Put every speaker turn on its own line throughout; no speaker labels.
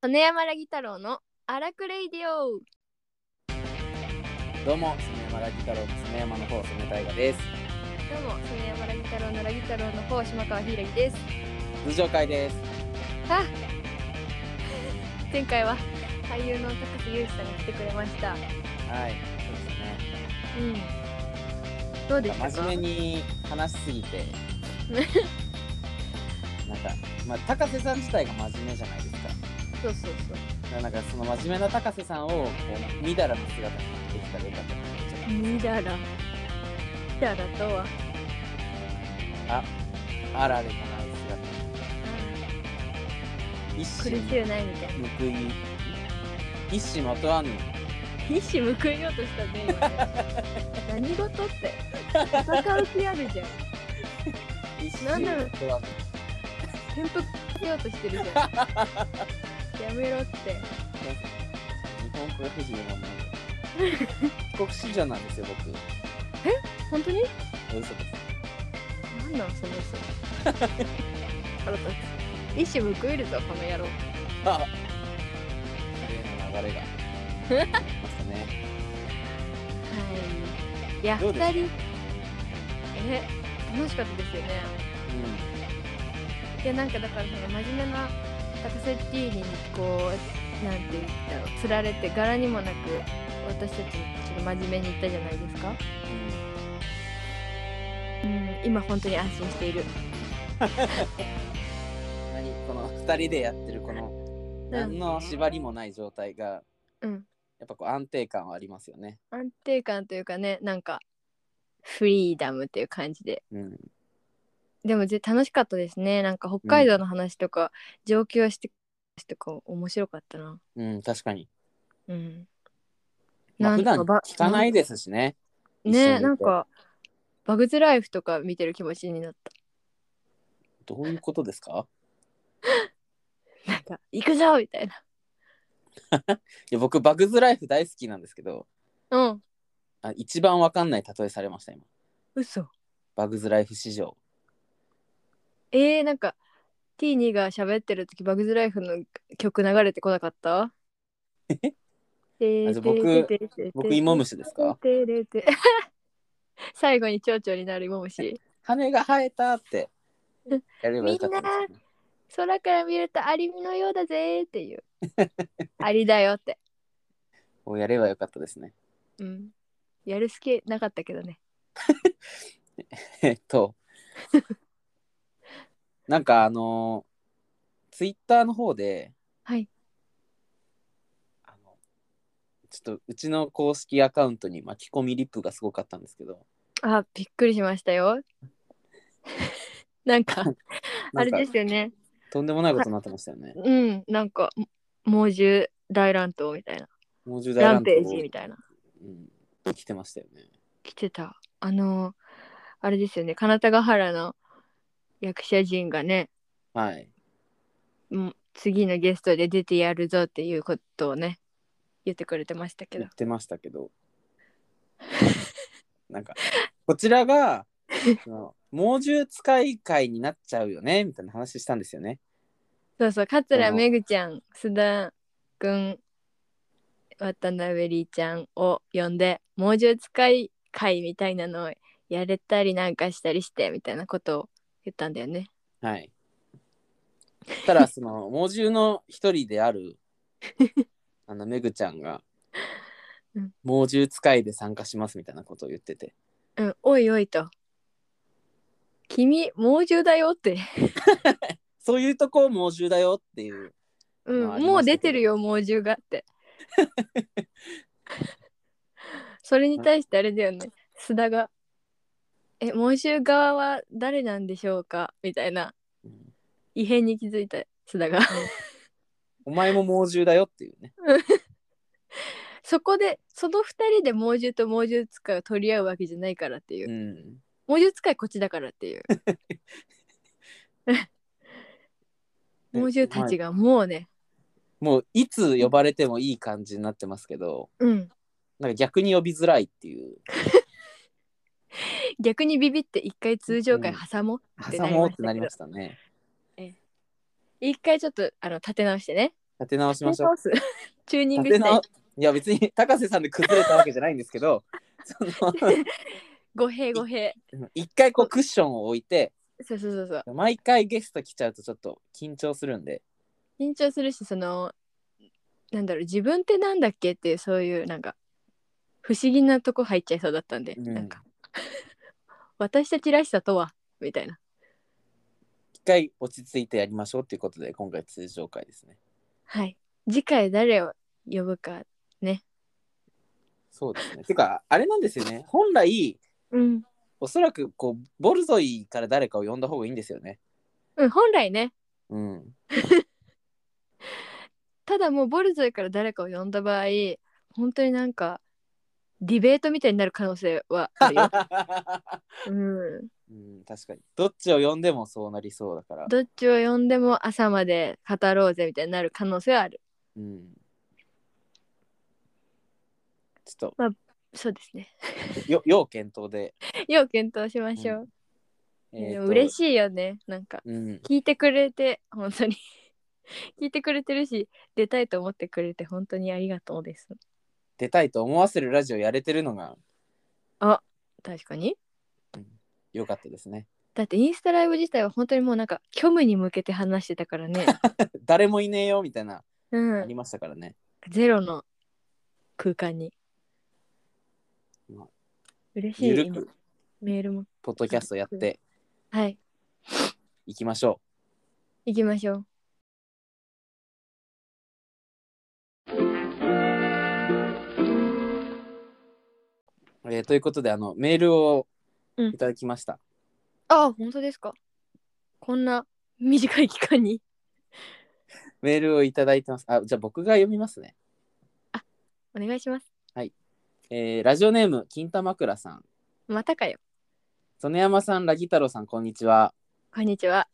金山ラギ太郎のアラクレイディオ
どうも、スネ山ラギ太郎のスネ山の方、スネ大河です。
どうも金山ラギ太郎のラギ太郎の方島川ひいらぎです
通常会です。
あ前回は俳優の高瀬優志さんが来てくれました
はい、そうですね。
うんどうでしたか
真面目に話しす ぎてなんか、まあ、高瀬さん自体が真面目じゃないですか
そうそう
だからなんかその真面目な高瀬さんをこうみだらな姿にできたらよかったなって思っちゃ
そうみだらみだらとは
うあられかな
苦
姿
し
に
ゅうないみたいな
一矢報い一矢まとわぬ
一矢報いようとしたね今ね 何事って戦う気あるじゃん
一矢
なんだろう
報わぬ
転覆しようとしてるじゃんやめろって
日本プロフジの名前帰国子女なんですよ僕
本当に
嘘です
なんなんその嘘腹立つ一矢報いるぞこの野郎
あカレーの流れがですね
はいいや
ど
二
うです
人え楽しかったですよね
う
いやなんかだからその真面目な高瀬ティーニにこうなんて言ったろうつられて柄にもなく私たちちょっと真面目に言ったじゃないですか
ん
うん今本当に安心している
何この2人でやってるこの何の縛りもない状態が
うん
やっぱこう安定感はありますよね。
安定感というかねなんかフリーダムっていう感じで
うん、
でもぜ楽しかったですねなんか北海道の話とか、上京してとか面白かったな
うん、確かに。
うん、
まあ、普段
かば
聞かないですしね。
ね
一緒にいて
なんかバグズライフとか見てる気持ちになった
どういうことですか
なんか行くぞみたいない
や僕バグズライフ大好きなんですけど
うん
あ一番わかんない例えされました今。
嘘
バグズライフ史上。
えー、なんか T2 が喋ってる時バグズライフの曲流れてこなかったえ
あじゃあ僕僕イモムシですか
てれて 最後に蝶々になるイモムシ
羽が生えたってやればよかっ
み
た
ん
です、ね。
空から見るとアリのようだぜーっていうアリだよって
こうやればよかったですね。
うんやる隙なかったけどね
えっとなんかあのツイッターの方で
はい
あのちょっとうちの公式アカウントに巻き込みリップがすごかったんですけど
あびっくりしましたよ なんかあ
なん
れ
か
ですよね
とんでもないことになってましたよね。
うんなんかも猛獣大乱闘みたいな
猛獣大
ラン
乱
ペ
闘
ージみたいな
うん、来てましたよね。
来てたあのーあれですよね金田ヶ原の役者陣がね
はい。
もう次のゲストで出てやるぞっていうことをね言ってくれてましたけど
言ってましたけど。 なんかこちらが その猛獣使い会になっちゃうよねみたいな話したんですよね。
そうそう桂
あの
めぐちゃん須田くん渡辺りーちゃんを呼んで猛獣使い会みたいなのをやれたりなんかしたりしてみたいなことを言ったんだよね
はい。たらその猛獣の一人であるあのめぐちゃんが
うん
猛獣使いで参加しますみたいなことを言ってて
うん、おいおいと。君、猛獣だよ って。
そういうとこ猛獣だよっていう
うん、
まあありましたけど
もう出てるよ、猛獣がって。 それに対してあれだよね、須田が。え、猛獣側は誰なんでしょうかみたいな
うん
異変に気づいた須田が。
お前も猛獣だよっていうね
そこで、その二人で猛獣と猛獣使いを取り合うわけじゃないからっていうう。
ん
猛獣使いこっちだからって いう。猛獣たち
が
がもうね、
もういつ呼ばれてもいい感じになってますけど
うん、
なんか逆に呼びづらいっていう
逆にビビって一回通常会挟もうって
挟もうってなりましたね
一回ちょっとあの立て直してね
立て直しましょう。
立て直す チューニング
立て
したい
直いや別に高瀬さんで崩れたわけじゃないんですけ どその
語弊語弊
一回こうクッションを置いて
そうそうそうそう
毎回ゲスト来ちゃうとちょっと緊張するんで
緊張するしそのなんだろう自分ってなんだっけっていうそういうなんか不思議なとこ入っちゃいそうだったんで、
うん
なんか私たちらしさとはみたいな
一回落ち着いてやりましょうっていうことで今回通常回ですね
はい次回誰を呼ぶか
そうですね てかあれなんですよね本来
うん、
おそらくこうボルゾイから誰かを呼んだ方がいいんですよね
うん、本来ね
うん
ただもうボルゾイから誰かを呼んだ場合本当になんかディベートみたいになる可能性はある よ、うん、
うん、確かにどっちを呼んでもそうなりそうだから、
どっちを呼んでも朝まで語ろうぜみたいになる可能性はある
うん、ちょっ
そうですね
とよ要検討で、
要検討しましょう、
え
で
ー
も
と
嬉しいよねなんか
うん、
聞いてくれて本当に 聞いてくれてるし出たいと思ってくれて本当にありがとうです
出たいと思わせるラジオやれてるのが
確かに
良かったですね
だってインスタライブ自体は本当にもうなんか虚無に向けて話してたから ね
誰もいねえよみたいな
う
あ
ん
りましたからね、
ゼロの空間に
まあ
嬉しい
ゆる
今
く
メールも
ポッドキャストやって
はい
いきましょ
行きましょう
う、えーということであのメールを
うん
いただきました、
あ本当ですかこんな短い期間に
メールをいただいてますあじゃあ僕が読みますね、
お願いします
えーラジオネーム金玉くらさん
またかよ
曽根山さんラギ太郎さんこんにちは
こんにちは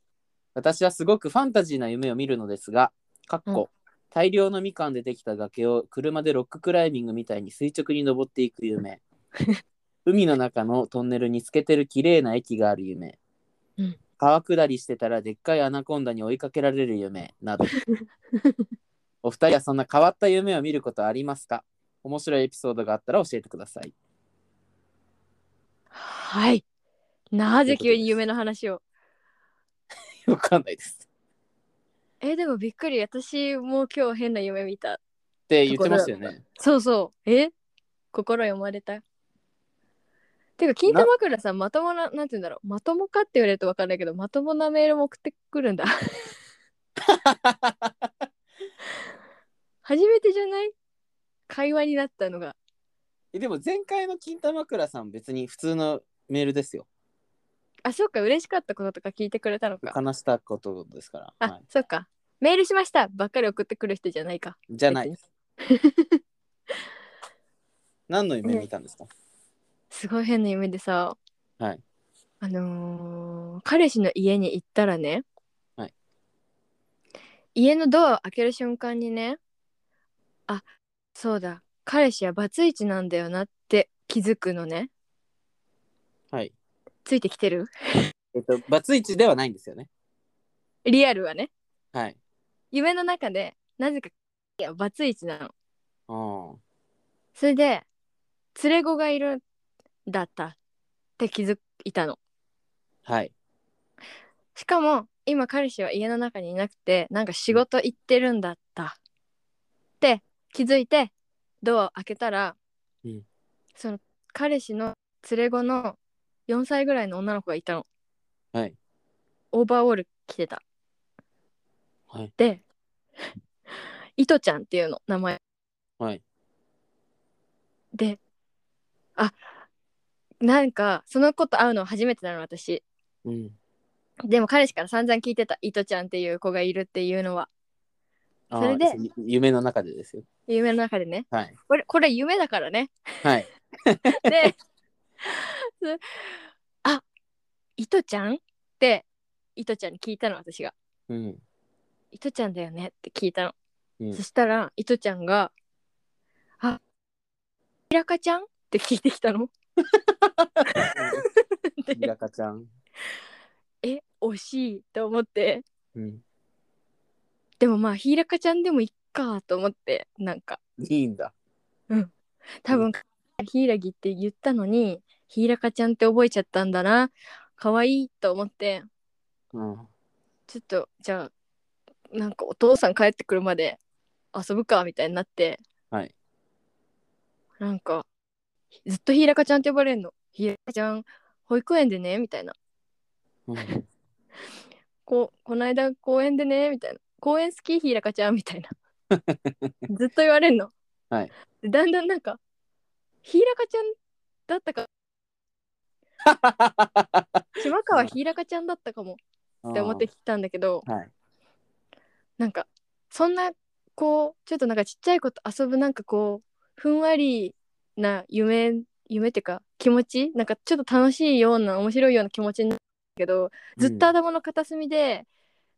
私はすごくファンタジーな夢を見るのですが、かっこ、
うん
大量のみかんでできた崖を車でロッククライミングみたいに垂直に登っていく夢。 海の中のトンネルに透けてる綺麗な駅がある夢。
うん
川下りしてたらでっかいアナコンダに追いかけられる夢 など。お二人はそんな変わった夢を見ることはありますか面白いエピソードがあったら教えてください。
はいなぜ急に夢の話を
わかんないです。
えでもびっくり私も今日変な夢見た
って言ってましたよね。
そうそうえ心読まれたてか金玉倉さんまともななんて言うんだろうまともかって言われると分かんないけどまともなメールも送ってくるんだ 初めてじゃない会話になったのが
えでも前回の金玉倉さん別に普通のメールですよ。
あそっか嬉しかったこととか聞いてくれたのか
話したことですから。
あ、
はい、
そっかメールしましたばっかり送ってくる人じゃないか
じゃない
別
です。 何の夢見たんですか、
すごい変な夢でさ、
はい
あのー彼氏の家に行ったらね、
はい
家のドアを開ける瞬間にねあそうだ彼氏はバツイチなんだよなって気づくのね
はい。
ついてきてる
えっと、バツイチではないんですよね。
リアルはね
はい。
夢の中でなぜかいやバツイチなの
うん。
それで連れ子がいるんだったって気づいたの
はい。
しかも今彼氏は家の中にいなくてなんか仕事行ってるんだったって気づいてドアを開けたら、
うん
その彼氏の連れ子の4歳ぐらいの女の子がいたの
はい。
オーバーオール着てた、
はい
でいとちゃんっていうの名前
はい。
であなんかその子と会うの初めてなの私
うん。
でも彼氏から散々聞いてたいとちゃんっていう子がいるっていうのは
あー
それで
う夢の中でですよ。
夢の中でね
はい。
これこれ夢だから ね
はい。
ですあいとちゃんっていとちゃんに聞いたの私が
うん。
「いとちゃんだよね」って聞いたの、
うん
そしたらいとちゃんが「あひらかちゃん?」って聞いてきたの
ひ
で
らかちゃん。
え惜しいと思って
うん。
でもまあひいらかちゃんでもいっかと思ってなんか
いいんだ。
多分ひいらぎって言ったのにひいらかちゃんって覚えちゃったんだな可愛いと思って
うん。
ちょっとじゃあなんかお父さん帰ってくるまで遊ぶかみたいになって
はい
なんかずっとひいらかちゃんって呼ばれるのひいらかちゃん保育園でねみたいな
うん
こうこの間公園でねみたいな公園好きひいらかちゃんみたい なずっと言われんの、
はい
でだんだんなんかひいらかちゃんだったか島川ひいらかちゃんだったかもって思って聞いたんだけど、
はい
なんかそんなこうちょっとなんかちっちゃい子と遊ぶなんかこうふんわりな夢夢っていうか気持ちなんかちょっと楽しいような面白いような気持ちになるけどずっと頭の片隅で、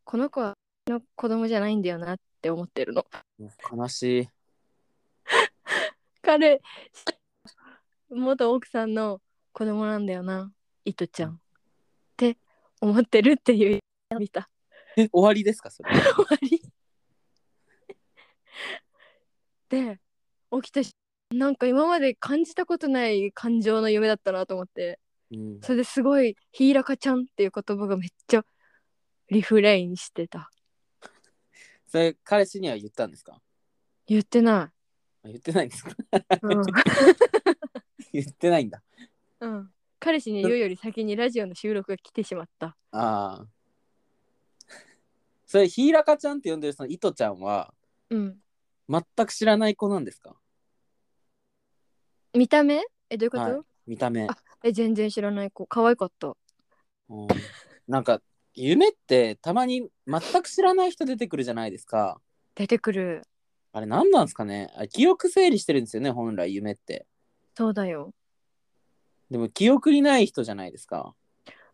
この子はうちの子供じゃないんだよなって思ってるの。
うん悲しい。
彼元奥さんの子供なんだよな糸ちゃんって思ってるっていう夢を見た
え、終わりですかそれ。
終わりで起きたしなんか今まで感じたことない感情の夢だったなと思って
うん
それですごい「ひいらかちゃん」っていう言葉がめっちゃリフレインしてた
それ、彼氏には言ったんですか
言ってな
あ言ってないんですか
い、うん
言ってないんだ。
うん、彼氏に言うより先にラジオの収録が来てしまった
ああ。それ、ひいらかちゃんって呼んでるその、いとちゃんは、
うん
全く知らない子なんですか
見た目えどういうこと、
はい見た目。
あえ全然知らない子可愛かった
うんなんか、夢ってたまに全く知らない人出てくるじゃないですか。
出てくる
あれ何なんですかねあれ記憶整理してるんですよね、本来夢って。
そうだよ
でも記憶にない人じゃないですか。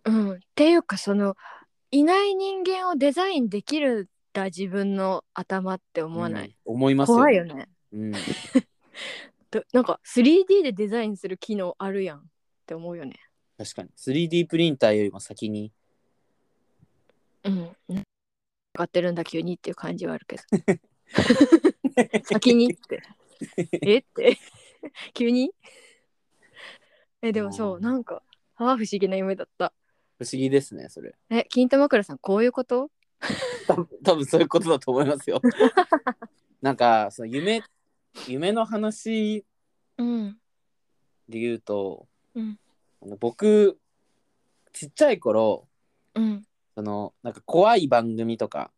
うんっていうかそのいない人間をデザインできるんだ自分の頭って思わない、
うん思いますよ、
怖いよね
うん。
どなんか 3D でデザインする機能あるやんって思うよね
確かに。3D プリンターよりも先に。
うん分かってるんだ急にっていう感じはある けど 先にって えって急にえでもそううんなんかああ不思議な夢だった
不思議ですね、それ。
え金玉倉さんこういうこと
多分多分そういうことだと思いま すよ。なんかその夢夢の話
うん
で言うと、
うん
あの僕ちっちゃい頃
うん
そのなんか怖い番組とか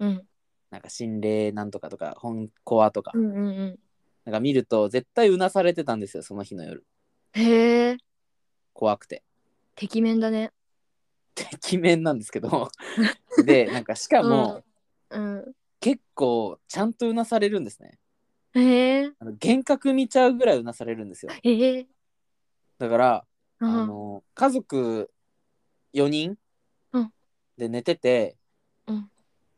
うん
なんか心霊なんとかとか本コアとか、
うんうん
なんか見ると絶対うなされてたんですよその日の夜
へえ
怖くて。
てきめんだね
決めんなんですけ どでなんかしかも、
うんうん
結構ちゃんとうなされるんですね。
へえ
あの幻覚見ちゃうぐらいうなされるんですよ。
へえ
だから
う
あ
ん
の家族4人
うん
で寝てて、
うん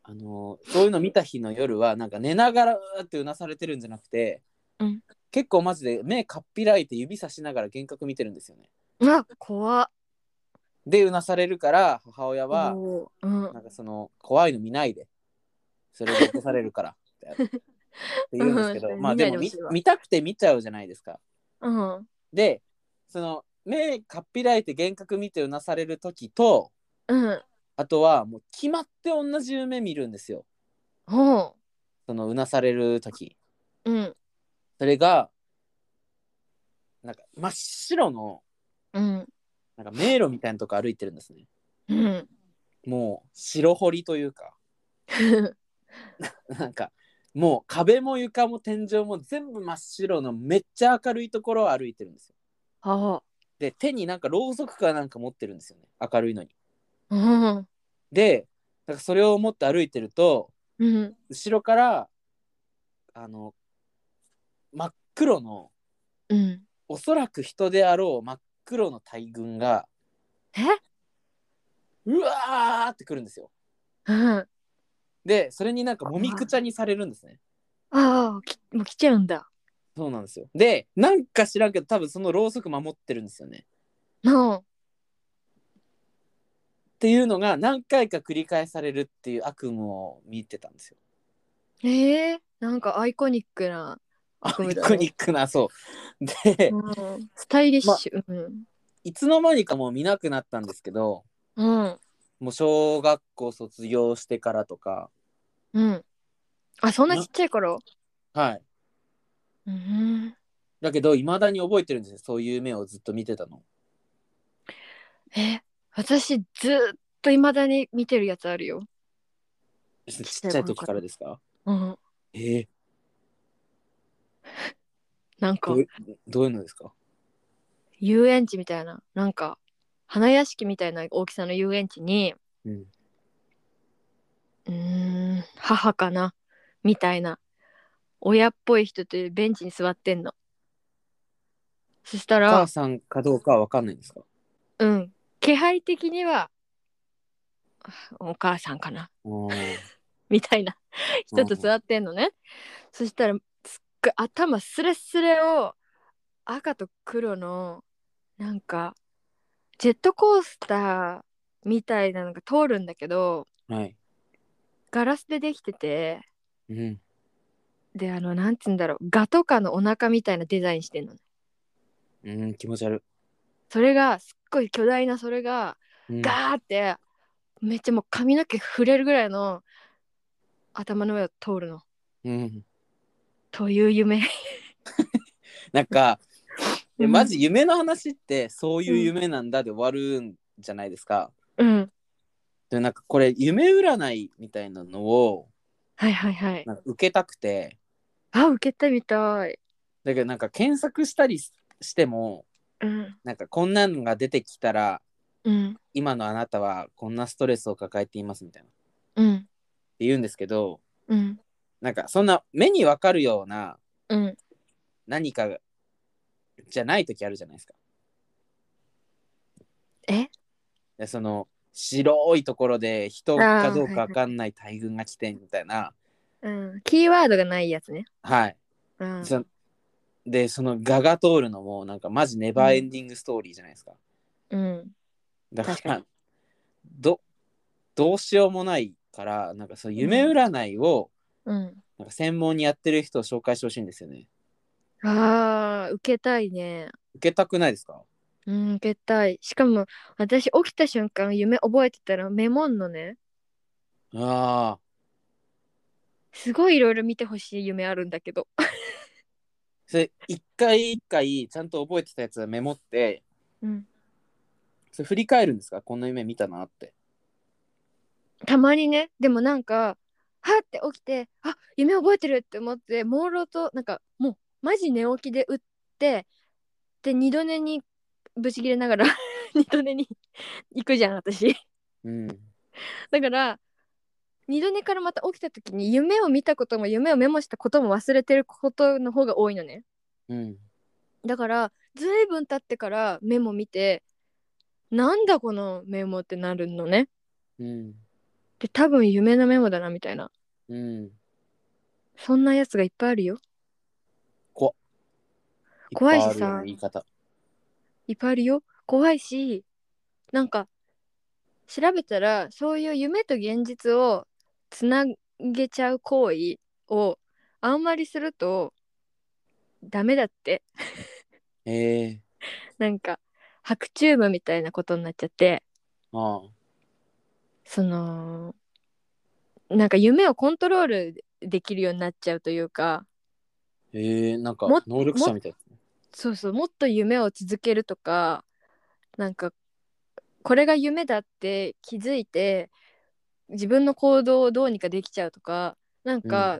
あのそういうの見た日の夜はなんか寝ながらうーってうなされてるんじゃなくて、
うん
結構マジで目かっぴらいて指さしながら幻覚見てるんですよね。
あ怖っ
でうなされるから母親は
おーうん
なんかその怖いの見ないでそれを起こされるからってって言うんですけど、
うん
まあで
見ないで
も見
ほしいわ
見たくて見ちゃうじゃないですか。
うん
でその目かっぴらいて幻覚見てうなされる時と
うん
あとはもう決まって同じ夢見るんですよ
ほ
そのうなされる時
ううん
それがなんか真っ白の
うん
なんか迷路みたいなとこ歩いてるんですね
うん
もう白彫りというか なんかもう壁も床も天井も全部真っ白のめっちゃ明るいところを歩いてるんですよ
あ
で手になんかろうそくかなんか持ってるんですよね明るいのに
あうん
でなんかそれを持って歩いてると
うん
後ろからあの真っ黒の
うん
おそらく人であろう真っ黒の大群が
え
うわーってくるんですよ
うんあ
でそれになんかもみくちゃにされるんですね
あきもう来ちゃうんだ
そうなんですよでなんか知らんけど多分そのろうそく守ってるんですよね
うん
っていうのが何回か繰り返されるっていう悪夢を見てたんですよ
えー、なんかアイコニックな、
ア
そう
イ
だね
コニックな、そう。で、
うんスタイリッシュ。うん
いつの間にかもう見なくなったんですけど、
うん。
もう小学校卒業してからとか、
うん。あ、そんなちっちゃい頃
はい。
うん。
だけど、いまだに覚えてるんですよ。そういう目をずっと見てたの。
え、私ずっといまだに見てるやつあるよ。
ちっ
ちゃい頃
ちゃい時からですか
うん。
ええ
なんか
どうどういうのですか
遊園地みたいな、なんか花屋敷みたいな大きさの遊園地に、
うん。
うーん、母かなみたいな。親っぽい人というベンチに座ってんの。そした
お
ら、
母さんかどうかは分かんないんですか
うん気配的にはあお母さんかな
うん
みたいな人と座ってんのね、そしたらすっごい頭スレスレを赤と黒のなんかジェットコースターみたいなのが通るんだけど
はい。
ガラスでできてて
うん。
であのなんつうんだろうガとかのお腹みたいなデザインしてんのね
うん、気持ち悪
それがすっごい巨大なそれが
い。うん
ガーってめっちゃもう髪の毛触れるぐらいの頭の上を通るの
うん。
という夢
なんか、え
うん
マジ夢の話ってそういう夢なんだで終わるんじゃないですか。
うん
でなんかこれ夢占いみたいなのを
はいはいはい
なんか受けたくて
あ受けてみたい
だけどなんか検索したりししても
うん
なんかこんなのが出てきたら
うん
今のあなたはこんなストレスを抱えていますみたいなって
うん
言うんですけど
うん
なんかそんな目にわかるような
うん
何かじゃない時あるじゃないですか。
え
でその白いところで人かどうかわかんない大群が来てみたいな。
うんキーワードがないやつね
はい。
うん
そでそのガが通るのもなんかマジネバーエンディングストーリーじゃないですか。
うん
だから
確かに
どどうしようもないからなんかそう夢占いを
うん
なんか専門にやってる人を紹介してほしいんですよね。
あー受けたいね
受けたくないですか
うん受けたいしかも私起きた瞬間夢覚えてたらメモんのね
ああ
すごいいろいろ見てほしい夢あるんだけど
それ一回一回ちゃんと覚えてたやつはメモって
うん
それ振り返るんですかこんな夢見たなって。
たまにねでもなんかはって起きてあ夢覚えてるって思って朦朧となんかもうマジ寝起きで打ってで二度寝にぶち切れながら 二度寝に行くじゃん私
うん。
だから二度寝からまた起きた時に夢を見たことも夢をメモしたことも忘れてることの方が多いのね
うん。
だからずいぶん経ってからメモ見てなんだこのメモってなるのね
うん。
で多分夢のメモだなみたいな
うん。
そんなやつがいっぱいあるよ怖いしさ
っぱあるよね言い方。
いっぱいあるよ怖いしなんか調べたらそういう夢と現実をつなげちゃう行為をあんまりするとダメだって
ええ
なんか白チューブみたいなことになっちゃって
ああ。
そのなんか夢をコントロールできるようになっちゃうというか
ええなんか
も
能力者みたいですね。
そうそうもっと夢を続けるとかなんかこれが夢だって気づいて自分の行動をどうにかできちゃうとかなんか、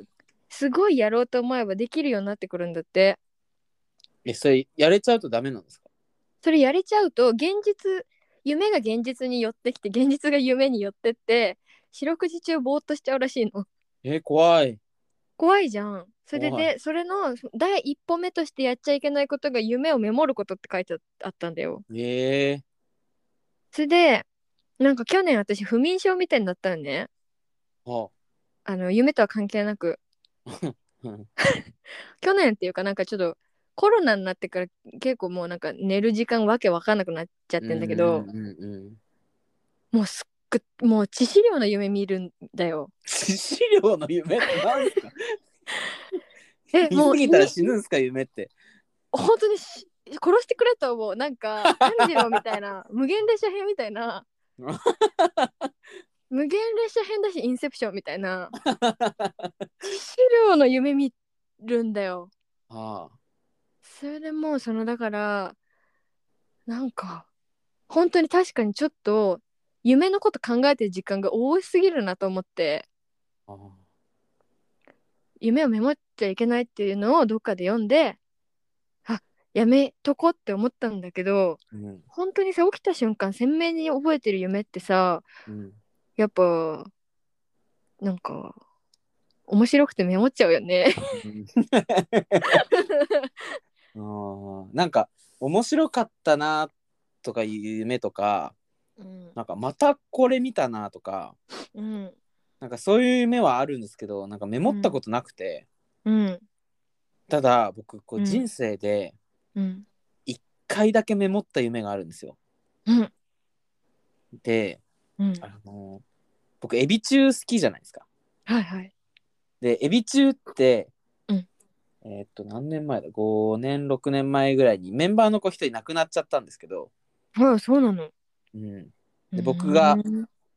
すごいやろうと思えばできるようになってくるんだって
え、それやれちゃうとダメなんですか
それやれちゃうと現実夢が現実に寄ってきて現実が夢に寄ってって四六時中ぼーっとしちゃうらしいの
えー怖い。
怖いじゃんそれで
怖
でそれの第一歩目としてやっちゃいけないことが夢をメモることって書いてあったんだよ
ええ
それでなんか去年私不眠症みたいになったのね
は
あの夢とは関係なく
あ。 うん
去年っていうかなんかちょっとコロナになってから結構もうなんか寝る時間わけわかんなくなっちゃってんだけど
うんうんうん
もうすっくもう致死量の夢見るんだ よ
致死量の夢って何ですか
え
見
もう
過ぎたら
に
死ぬんすか夢って。
本当にし殺してくれと思うなんか炭治郎みたい な無限列車編みたい な無限列車編だしインセプションみたいな致死量の夢見るんだよ
ああ。
それでもうそのだからなんか本当に確かにちょっと夢のこと考えてる時間が多すぎるなと思って
ああ
夢をメモっちゃいけないっていうのをどっかで読んであやめとこうって思ったんだけど
うん。
本当にさ起きた瞬間鮮明に覚えてる夢ってさ
うん。
やっぱなんか面白くてメモっちゃうよね。
ああなんか面白かったなとかいう夢とか
うん
なんかまたこれ見たなとか
うん
なんかそういう夢はあるんですけどなんかメモったことなくて、
うん
ただ僕こ
う
うん人生で
うん
1回だけメモった夢があるんですよ。
うん
で、
うん
あの僕エビ中好きじゃないですか。
はいはい。
でエビ中って、
うん
えーっと何年前だ5年6年前ぐらいにメンバーの子一人亡くなっちゃったんですけど、
はいそうなの。
うん、
うーん
僕が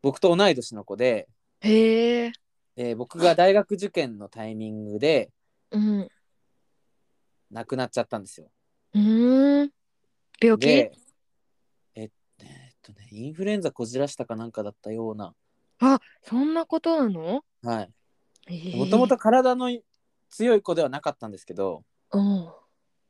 僕と同い年の子で
へえ。
で僕が大学受験のタイミングで
うん。う
亡くなっちゃったんですよ。
ーん。病気。
でえっえーっとねインフルエンザこじらしたかなんかだったような。
あ、そんなことなの。
はいも
も
ともと。体の強い子ではなかったんですけど
うん。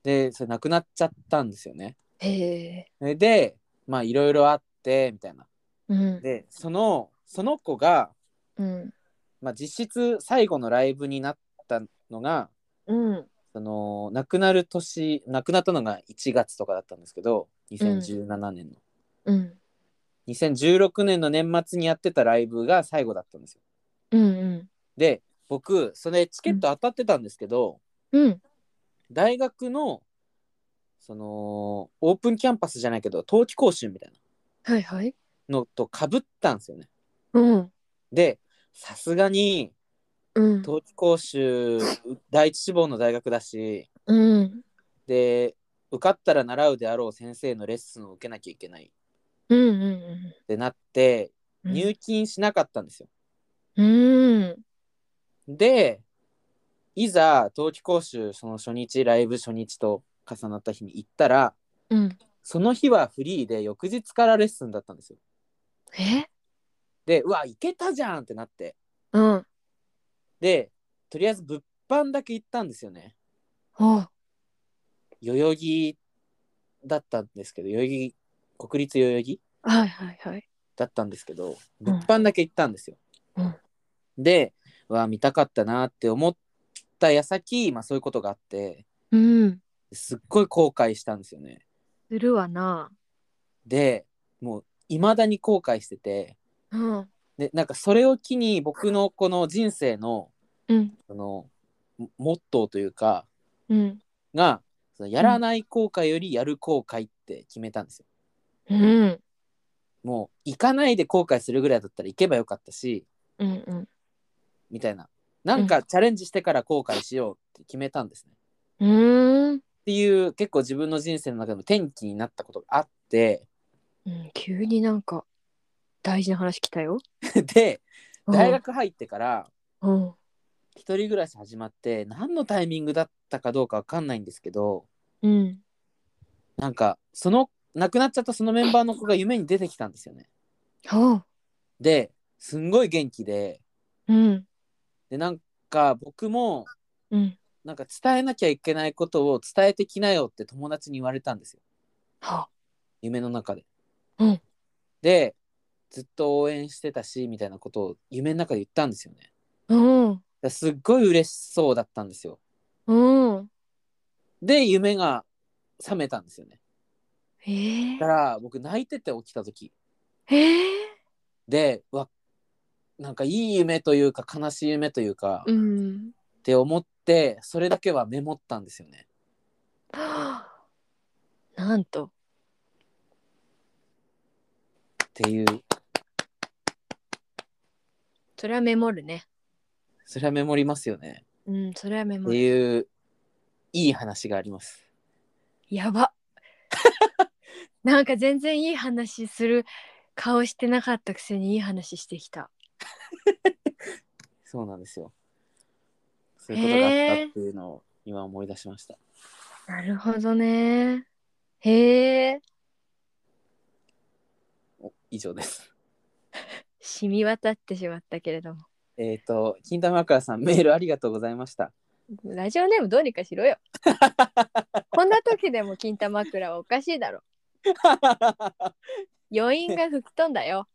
でそれ亡くなっちゃったんですよね。
へえ。
でまあいろいろあってみたいな。
うん。
でそのその子が、
うん。
まあ、実質最後のライブになったのが
うん。
その亡くなる年亡くなったのが1月とかだったんですけど2017年の、
うん。
2016年の年末にやってたライブが最後だったんですよ。
うん。
で僕それチケット当たってたんですけど、
うん。
大学のそのオープンキャンパスじゃないけど冬季講習みたい
はいはい。
なのとかぶったんですよね。
うん。
でさすがに
うん。
冬季講習第一志望の大学だし
うん。
で受かったら習うであろう先生のレッスンを受けなきゃいけないっ
うん。うん。
てなって
うん。
入金しなかったんですよ。
うん。
でいざ冬季講習その初日ライブ初日と重なった日に行ったら
うん。
その日はフリーで翌日からレッスンだったんですよ。
え。
でうわ行けたじゃんってなって
うん。
でとりあえず物販だけ行ったんですよね
あ。
代々木だったんですけど代々木国立代々木
はいはいはい。
だったんですけど
ん
物販だけ行ったんですよ、
うん
でうわ見たかったなって思った矢先、まあ、そういうことがあって
うん。
すっごい後悔したんですよね
するわな。
でもう未だに後悔してて
うん。
でなんかそれを機に僕のこの人生の
うん。
そのモモットーというか
うん。
がそのやらない後悔よりやる後悔って決めたんですよ。
うん。
もう行かないで後悔するぐらいだったら行けばよかったし
うん。うん。
みたいななんかチャレンジしてから後悔しようって決めたんですね。っ
うん。
ていう結構自分の人生の中でも転機になったことがあって
うん、急になんか大事な話来たよ。
で大学入ってから
うん、
一人暮らし始まって何のタイミングだったかどうかわかんないんですけど
うん、
なんかその亡くなっちゃったそのメンバーの子が夢に出てきたんですよね。
はあ、
ですんごい元気で
うん、
でなんか僕も
うん、
なんか伝えなきゃいけないことを伝えてきなよって友達に言われたんですよ
は
夢の中で。
うん
でずっと応援してたしみたいなことを夢の中で言ったんですよね。だか
あ、うん、
らすっごい嬉しそうだったんですよ。
うん、
で夢が覚めたんですよね。
えー
だか、ら僕泣いてて起きた時
えー、
でうわなんかいい夢というか悲しい夢というか、
う
っ
ん、
て思ってそれだけはメモったんですよね。
はあ、なんと、
っていう
それはメモるね
それはメモりますよね。
うんそれはメ
っ
モ
て
る
いう、いい話があります。
やば なんか全然いい話する顔してなかったくせにいい話してきた
そうなんですよ。そういうことがあったっていうのを今思い出しました。
なるほどねへえ
お以上です。
染み渡ってしまったけれども
えっ、と、金玉クラさん、メールありがとうございました。
ラジオネームどうにかしろ よこんな時でも金玉枕はおかしいだろ余韻が吹き飛んだ よ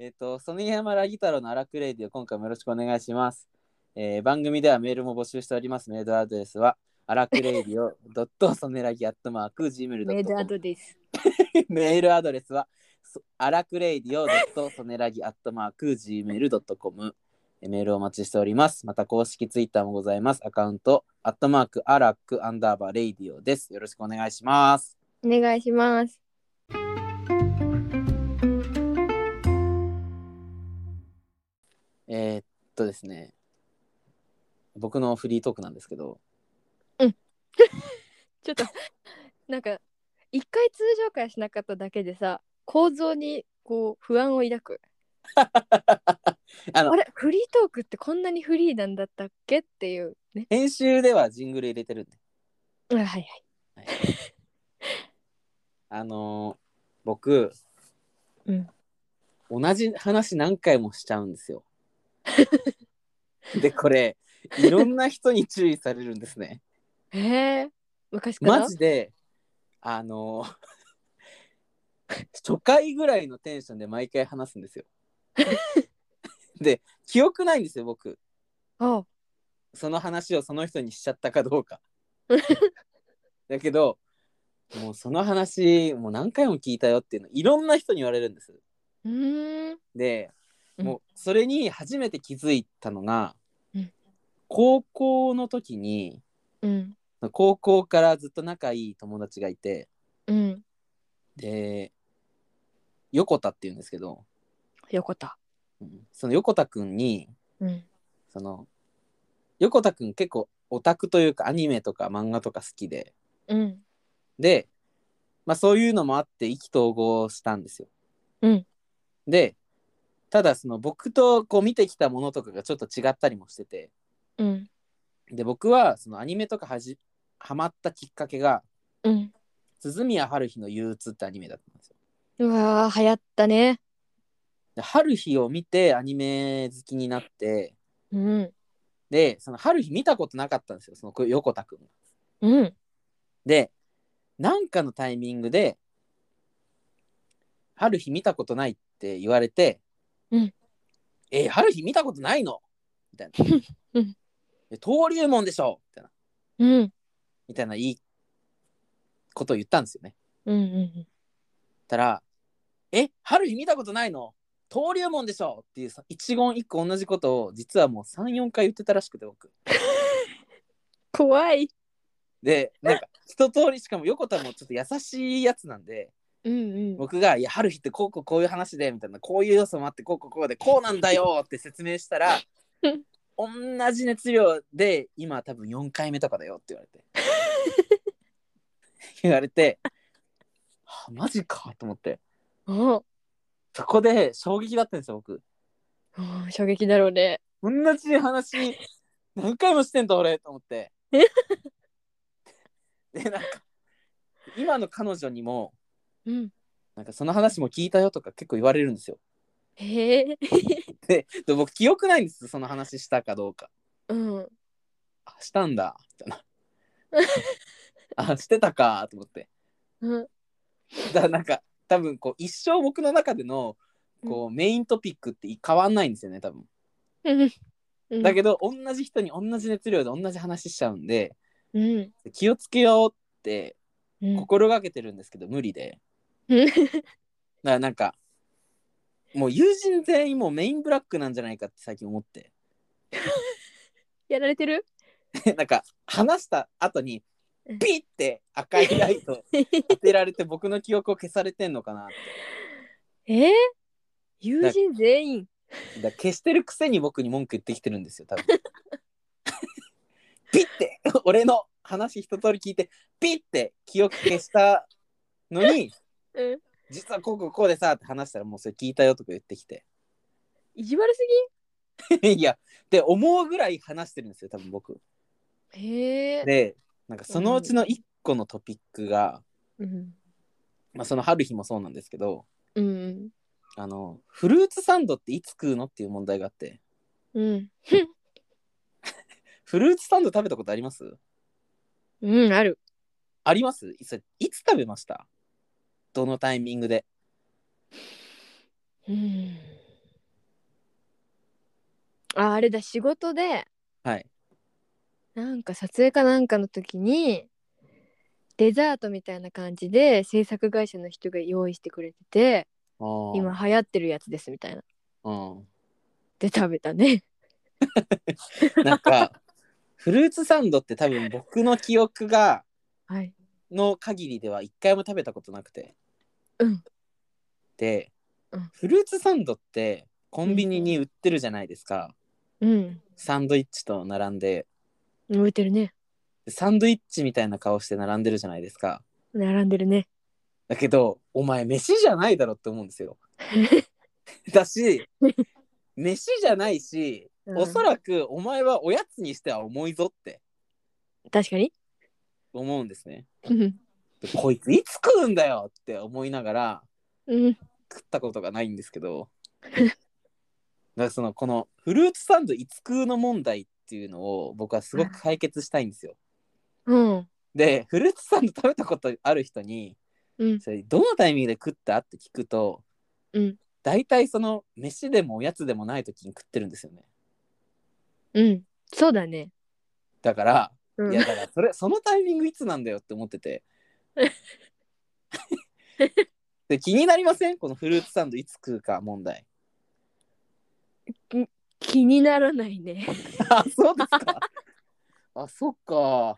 えっと、ソニヤマラギタロのアラクレイディを今回もよろしくお願いします。えー番組ではメールも募集しております。メールアドレスは、アラクレイディオドットソネラギアットマーク Gmail.com
メイドアドです
メールアドレスは、そアラクレイディオドットソネラギアットマーク Gmail.com メールをお待ちしております。また公式ツイッターもございます。アカウント、アットマークアラクアンダーバーレイディオです。よろしくお願いします。
お願いします
えーっとですね、僕のフリートークなんですけど、
ちょっとなんか一回通常会しなかっただけでさ構造にこう不安を抱く
あ
あ
の、
れフリートークってこんなにフリーなんだったっけっていうね
編集ではジングル入れてるんで、
あはいはい
あのー僕、
うん
同じ話何回もしちゃうんで すよ。で、これ、いろんな人に注意されるんですね。
へえ昔から
マジで、あのー初回ぐらいのテンションで毎回話すんで すよ。で、記憶ないんですよ、僕。
あ
その話をその人にしちゃったかど うか。だけどもうその話もう何回も聞いたよっていうのいろんな人に言われるんです。
うーん
で
うん
もうそれに初めて気づいたのが、
うん
高校の時に
うん
高校からずっと仲いい友達がいて
うん
で横田っていうんですけど、
横田
うんその横田くんに
うん
その横田くん結構オタクというかアニメとか漫画とか好きで。
うん
で、まあ、そういうのもあって意気投合したんですよ。
うん
でただその僕とこう見てきたものとかがちょっと違ったりもしてて
うん
で僕はそのアニメとかはじハマったきっかけが
うん
「鈴宮春日の憂鬱」ってアニメだったんですよ。
うわー流行ったね
で春日を見てアニメ好きになって
うん
でその春日見たことなかったんですよその横田くんが。
うん
でなんかのタイミングで「春日見たことない」って言われて「
うん
えー、春日見たことないの?」みたいな「
うん
え登竜門でしょ!」みたいな
うん
みたいないいことを言ったんですよね。
うんうん
たら「え春日見たことないの登竜門でしょ!」っていうさ一言一個同じことを実はもう34回言ってたらしくて僕。
怖い
でなんか一通りしかも横田もちょっと優しいやつなんで。
うんうん
僕が「いや春日ってこうこうこういう話で」みたいなこういう要素もあってこうこうこうでこうなんだよって説明したら
うん
同じ熱量で今多分4回目とかだよって言われて 言われてはあマジかと思って
お
そこで衝撃だったんですよ僕
お衝撃だろうね
同じ話何回もしてんだ俺と思って
え
でなんか今の彼女にも
うん
なんかその話も聞いたよとか結構言われるんですよ
へえ
でで僕記憶ないんですその話したかどうか
うん
あしたんだみたいなあしてたかと思って
うん
だからなんか多分こう一生僕の中でのこう、メイントピックって変わんないんですよね多分
うん
だけど、同じ人に同じ熱量で同じ話しちゃうんで
うん
気をつけようって
うん
心がけてるんですけど、無理で
うん
だからなんかもう友人全員もうメインブラックなんじゃないかって最近思って
やられてる
で なんか話した後に
うん
ピッて赤いライト当てられて僕の記憶を消されてんのかなって
えー、友人全員
だから消してるくせに僕に文句言ってきてるんですよ 多分ピッて俺の話一通り聞いてピッて記憶消したのに
うん
実はこうこうこうでさって話したらもうそれ聞いたよとか言ってきて
意地悪す
いやって思うぐらい話してるんですよ多分僕
ぎへえ、
でなんかそのうちの一個のトピックが、
うん、
まあ、その春日もそうなんですけど
うん
あのフルーツサンドっていつ食うのっていう問題があって
うん
フルーツサンド食べたことあります
うんある
ありますいついつ食べましたどのタイミングで
うんああれだ仕事で
はい
なんか撮影かなんかの時にデザートみたいな感じで制作会社の人が用意してくれてて今
今、
流行ってるやつですみたいな
うん、
で食べたね
なんか フルーツサンドって多分僕の記憶が
はい
の限りでは一回も食べたことなくて
うん
で、
うん
フルーツサンドってコンビニに売ってるじゃないですか、
うん
サンドイッチと並んで
置いてるね
サンドイッチみたいな顔して並んでるじゃないですか
並んでるね
だけどお前飯じゃないだろって思うんですよ だし飯じゃないし、
うん
おそらくお前はおやつにしては重いぞって
確かに
思うんですね
うん
でこいついつ食うんだよって思いながら
うん
食ったことがないんですけど だからそのこのフルーツサンドいつ食うの問題っていうのを僕はすごく解決したいんですよ
うん
でフルーツサンド食べたことある人に
うん
それどのタイミングで食ったって聞くと、
うん
大体その飯でもおやつでもない時に食ってるんですよね
うんそうだね
だから
うん
いやだからそれそのタイミングいつなんだよって思って てで気になりませんこのフルーツサンドいつ食うか問題
気にならないね
あそうです かあそっか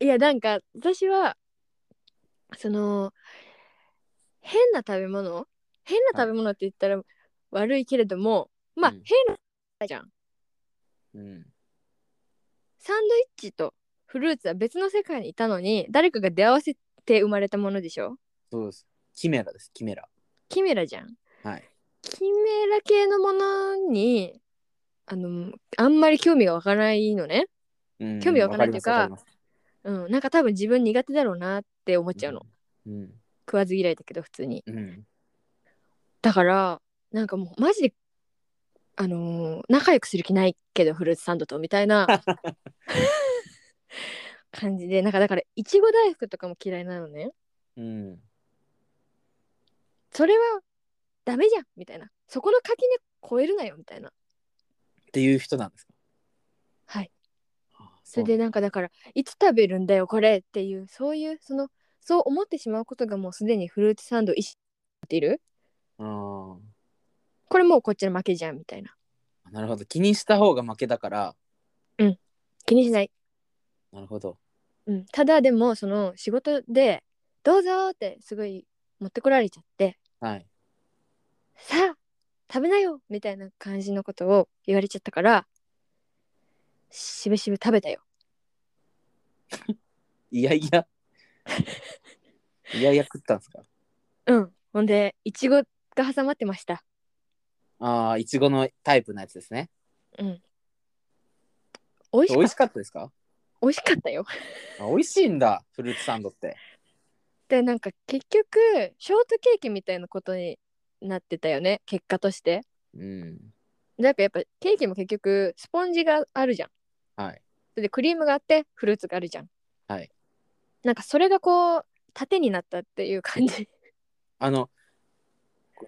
いやなんか私はその変な食べ物変な食べ物って言ったら悪いけれども、まあ、
うん
変なじゃん
うん
サンドイッチとフルーツは別の世界にいたのに誰かが出会わせて生まれたものでしょ
そうですキメラですキメラ
キメラじゃん
はい
キメラ系のものにあのあんまり興味がわからないのね
うん
興味わかんないっていうか
わりますわり
うんなんか多分自分苦手だろうなって思っ
ます
ちゃうの、
うん
食わず嫌いだけど普通に
うん
だからなんかもうマジであのー仲良くする気ないけどフルーツサンドとみたいな感じでなんかだからいちご大福とかも嫌いなのね
うん
それはダメじゃんみたいなそこの垣根超えるなよみたいな
っていう人なんですか
はい
あ
それでなんかだからいつ食べるんだよこれっていうそういうそのそう思ってしまうことがもうすでにフルーツサンド意識っている
うなんだ
これもうこっちの負けじゃんみたいな
あーなるほど気にした方が負けだから
気にしない、
なるほど
うん、ただでもその仕事で「どうぞ」ってすごい持ってこられちゃって
はい
「さあ食べなよ」みたいな感じのことを言われちゃったからしぶしぶ食べたよ
いやい やいやいや食ったんですか
うんほんでいちごが挟まってました
ああ、いちごのタイプのやつですね。
うん美味しかっ
美
た
味しかったですか
美味しかったよ
あ美味しいんだ、フルーツサンドって。
でなんか結局ショートケーキみたいなことになってたよね結果として
うん。
なんかやっぱケーキも結局スポンジがあるじゃん
はい。
それでクリームがあってフルーツがあるじゃん
はい
なんかそれがこう縦になったっていう感じ
あの、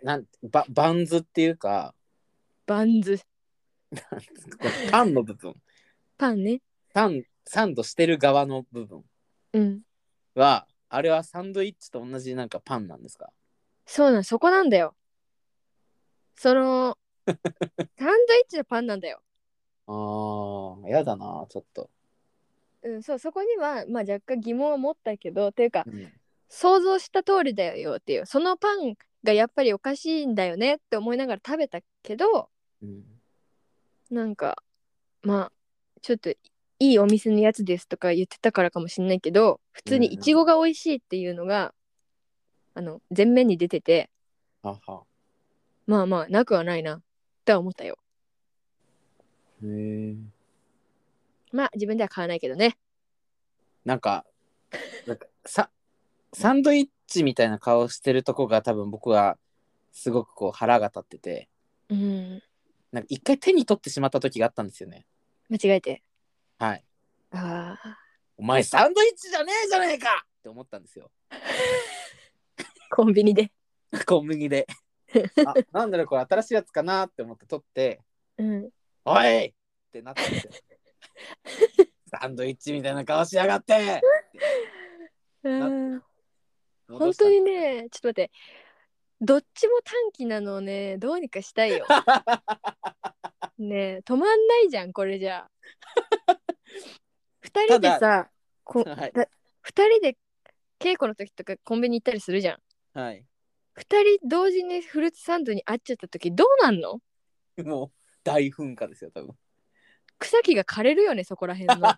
なんババンズっていうか、
バンズ
このパンの部分、
パンね
パン、サンドしてる側の部分
うん
は、あれはサンドイッチと同じなんかパンなんですか
そうなんそこなんだよそ のサンドイッチのパンなんだよ
ああ、やだな、ちょっと。
うんそうそこにはまあ若干疑問を持ったけどというか
うん
想像した通りだよっていうそのパンがやっぱりおかしいんだよねって思いながら食べたけど
うん
なんかまあちょっといいお店のやつですとか言ってたからかもしんないけど普通
うん
に
うん
いちごが美味しいっていうのが、あの前面に出てて
はは。
まあまあなくはないなとは思ったよ
へえ。
まあ自分では買わないけどね
なんか、なんかさ、サンドイッチみたいな顔してるとこが多分僕はすごくこう腹が立ってて、
うん
なんか一回手に取ってしまった時があったんですよね。
間違えて
はい。
ああ
お前サンドイッチじゃねえじゃねえかって思ったんですよ。
コンビニで
コンビニで。あ、なんだろうこれ新しいやつかなって思って取って、
うん
おいってなったんですよ。サンドイッチみたいな顔しやがって
うん
戻
本
した
当 にねちょっと待ってどっちも短期なのをねどうにかしたい よねえ止まんないじゃんこれじ ゃあ二人で
た
さこ
はい
だ二人で稽古の時とかコンビニ行ったりするじゃん
はい。
二人同時にフルーツサンドに会っちゃった時どうなんの
もう大噴火ですよ、多分。
草木が枯れるよねそこら辺 のや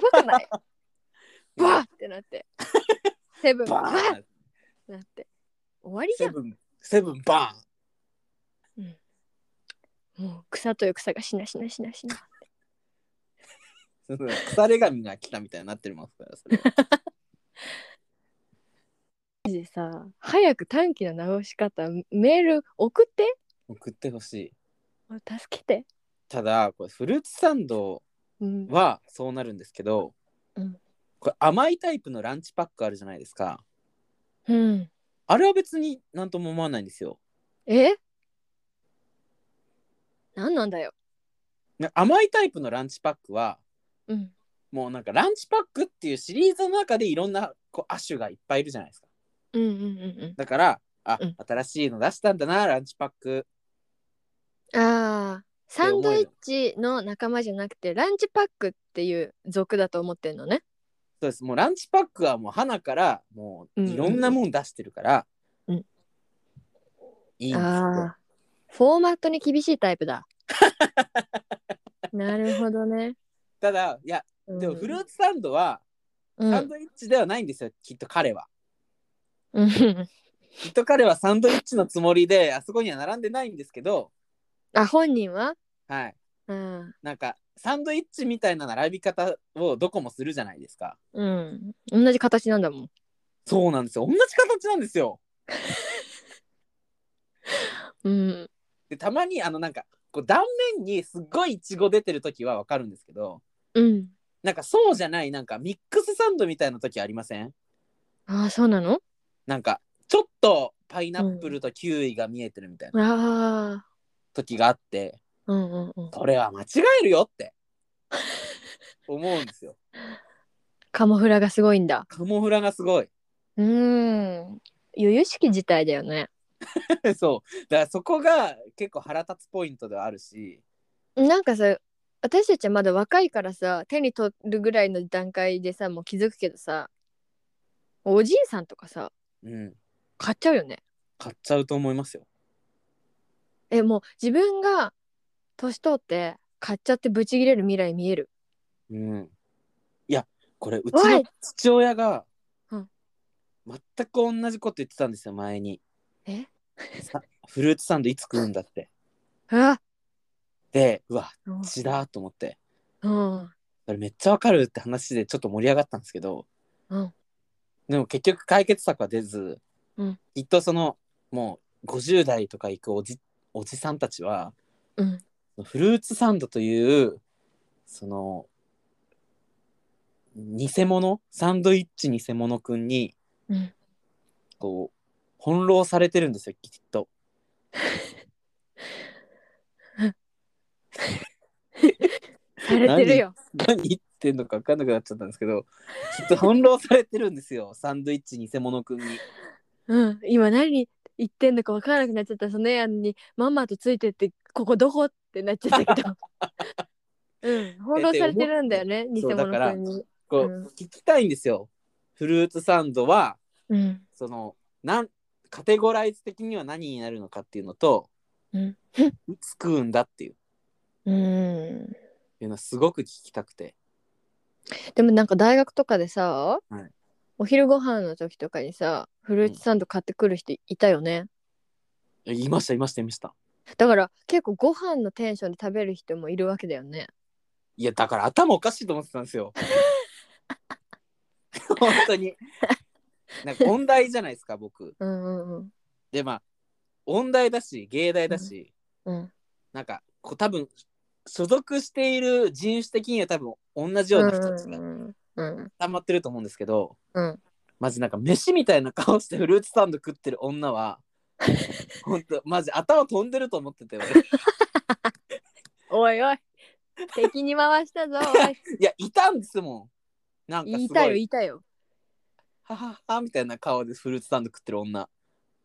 ばくないバーってなってセブンバ
バ
ーっ
ーン
てなって終わりじゃ
セブン、セブンバーン
んもう草という草がしなしなしなしな
その腐れ神が来たみたいになってますから それは
マジでさ早く短期の直し方メール送って
送ってほしい
もう助けて
ただこれフルーツサンド
うん
はそうなるんですけど、
うん
これ甘いタイプのランチパックあるじゃないですか
うん
あれは別になんとも思わないんですよ
えなんなんだよ
な甘いタイプのランチパックは
うん
もうなんかランチパックっていうシリーズの中でいろんなこう亜種がいっぱいいるじゃないですか
うんうんうん
だからあ、
うん
新しいの出したんだなランチパック
うんあーサンドイッチの仲間じゃなくてランチパックっていう族だと思ってんのね
そうですもうランチパックはもう花からもういろんなもん出してるから、
うんうん
いいんですよ
ああーフォーマットに厳しいタイプ だなるほどね、
ただいや
うん
でもフルーツサンドは
う
サン
ん
ドイッチではないんですよ、きっと彼は
うん
きっと彼はサンドイッチのつもりであそこには並んでないんですけど
あ本人は
はい
うん
なんかサンドイッチみたいな並び方をどこもするじゃないですか
うん同じ形なんだもん
そうなんですよ同じ形なんですよ
うん
でたまにあのなんかこう断面にすごいイチゴ出てる時はわかるんですけど
うん
なんかそうじゃないなんかミックスサンドみたいな時ありません
ああそうなの
なんかちょっとパイナップルとキウイが見えてるみたい
あ
な
あ
時があって、
うんうんうん
これは間違えるよって思うんですよ。
カモフラがすごいんだ
カモフラがすごい。
うーん由々しき事態だよね
そう。だからそこが結構腹立つポイントではあるし、
なんかさ私たちはまだ若いからさ手に取るぐらいの段階でさもう気づくけどさおじいさんとかさ
うん、
買っちゃうよね
買っちゃうと思いますよ。
えもう自分が年取って買っちゃってブチギレる未来見える
うん。いや、これうち
お
の
い
父親が
うん
全く同じこと言ってたんですよ、前に。
え
さフルーツサンドいつ食うんだって。
あ
で、うわ、
うん
血だと思って。
うん
それめっちゃわかるって話でちょっと盛り上がったんですけど、
うん
でも結局解決策は出ず、
うん
きっとそのもう50代とか行くおじおじさんたちは
うん
フルーツサンドというその偽物サンドイッチ偽物くんに
うん
こう翻弄されてるんですよきっと。
されてるよ
何言ってんのか分かんなくなっちゃったんですけどきっと翻弄されてるんですよサンドイッチ偽物くんに。
うん今何言ってんのか分からなくなっちゃったそのやんにまんまとついてってここどこってなっちゃったけ どうん翻弄されてるんだよね偽
そう
物
だから
くんに
こう、
うん
聞きたいんですよフルーツサンドは
うん
そのなんカテゴライズ的には何になるのかっていうのと、
うん
いつ食うんだっていう
うん
いうのすごく聞きたくて。
でもなんか大学とかでさ、
はい
お昼ご飯の時とかにさフルーツサンド買ってくる人いたよね、
えいましたいましたいました。
だから結構ご飯のテンションで食べる人もいるわけだよね
いやだから頭おかしいと思ってたんですよ。 本当に。なんか音大じゃないですか僕。
うんうんうん
でまあ音大だし芸大だし、
うん
なんかこう多分所属している人種的には多分同じような人たちが
うんうん
溜まってると思うんですけど、
うん
マジなんか飯みたいな顔してフルーツサンド食ってる 女は本当マジ頭飛んでると思ってて俺い
おいおい敵に回した ぞおい
やいたんですもんなんか
言
す
いたい
ご
よ言
い
いたいよ
はははみたいな顔でフルーツサンド食ってる女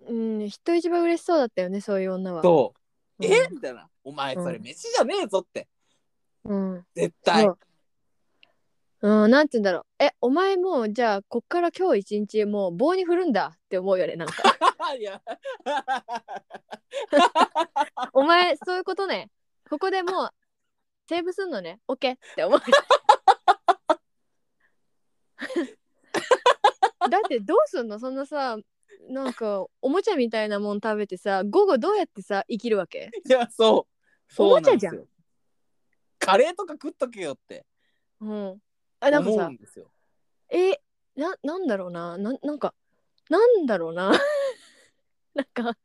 うん人一倍嬉しそうだったよねそういう女は
と、
うん
えみたいなお前それ飯じゃねえぞって
うん
絶対
そううん、なんて言うんだろうえお前もうじゃあこっから今日一日もう棒に振るんだって思うよねなんか
いや
お前そういうことねここでもうセーブすんのねオッケーって思うだってどうすんのそんなさなんかおもちゃみたいなもん食べてさ午後どうやってさ生きるわけ
いやそうそうなんですよ
おもちゃじゃ
カレーとか食っとけよって
うんあなんか
思
さ
うんですよ
えななんだろうなななんかなんだろうな なんか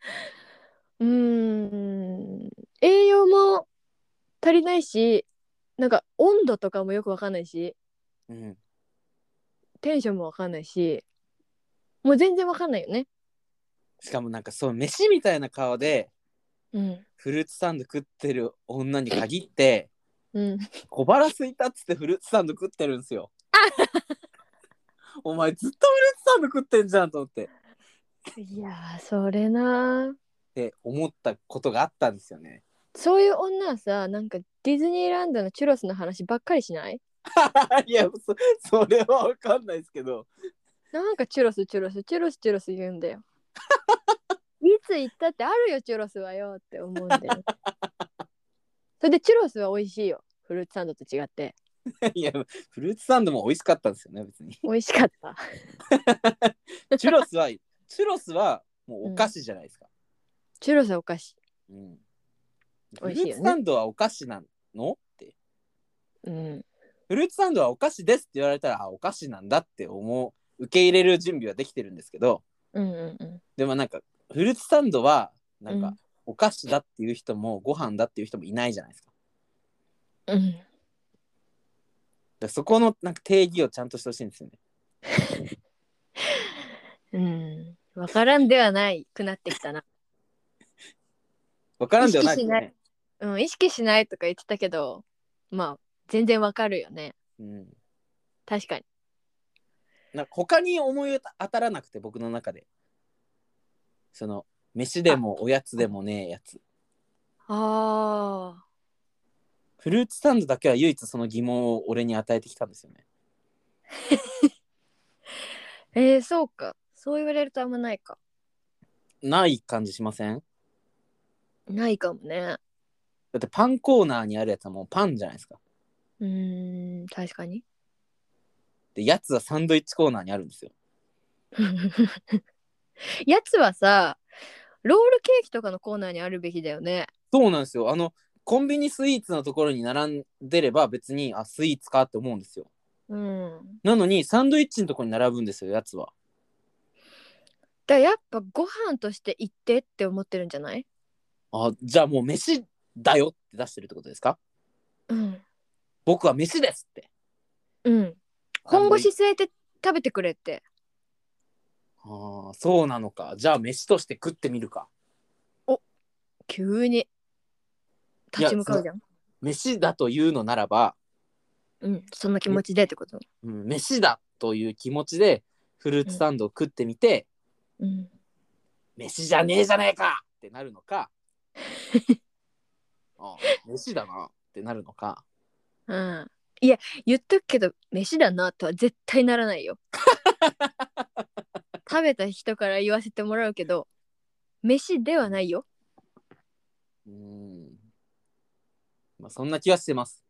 うーん栄養も足りないしなんか温度とかもよくわかんないし
うん
テンションもわかんないしもう全然わかんないよね
しかもなんかそう飯みたいな顔で
うん
フルーツサンド食ってる女に限って
うん
小腹すいたっつってフルーツサンド食ってるん ですよ。お前ずっとフルーツサンド食ってんじゃんと思ってっ
いやーそれな
て思ったことがあったんですよね。
そういう女はさなんかディズニーランドのチュロスの話ばっかりしない
いやそそれはわかんないですけど
なんかチュロスチュロスチュロスチュロス言うん だよ。いつ行ったってあるよチュロスはよって思うんだよ。 それでチュロスは美味しいよフルーツサンドと違って
いやフルーツサンドも美味しかったんですよね別に。
美味しかった。
チュロ スはチュロスはもうお菓子じゃないですか。
チュロスはお菓子。
うんフ
美味
ル
しいよね
ーツサンドはお菓子なのって
うん。
フルーツサンドはお菓子ですって言われたらあお菓子なんだって思う受け入れる準備はできてるんですけど
うんうんうん。
でもなんかフルーツサンドはなん
う
か
ん
お菓子だっていう人もご飯だっていう人もいないじゃないですか。だ
うん、
からそこのなんか定義をちゃんとしてほしいんですよね。
うん、分からんではないくなってきたな、
わからんではないですよね。
うん、意識しないとか言ってたけどまあ全然わかるよね
うん、
確かに
なんか他に思い当たらなくて僕の中でその飯でもおやつでもねえやつ
ああ
フルーツサンドだけは唯一その疑問を俺に与えてきたんですよね。
えー、そうかそう言われるとあんまないか
ない感じしません
ないかもね
だってパンコーナーにあるやつはもうパンじゃないですか。
うーん確かに
でやつはサンドイッチコーナーにあるんですよ。
やつはさロールケーキとかのコーナーにあるべきだよね
そうなんですよ。あのコンビニスイーツのところに並んでれば別にあスイーツかって思うんですよ。
うん
なのにサンドイッチのところに並ぶんですよやつは。
だからやっぱご飯として行ってって思ってるんじゃない
あじゃあもう飯だよって出してるってことですか
うん
僕は飯ですって。
うん本腰据えて食べてくれって
あーそうなのか。じゃあ飯として食ってみるか。
急に立ち向かうじゃん
飯だというのならば、
うんそんな気持ちでってこと
うん、飯だという気持ちでフルーツサンドを食ってみて、
うん
飯じゃねえじゃねえかってなるのか あ飯だなってなるのか
うんいや言っとくけど飯だなとは 絶対ならないよ食べた人から言わせてもらうけど飯ではないよ
うん。まあ、そんな気はしてます。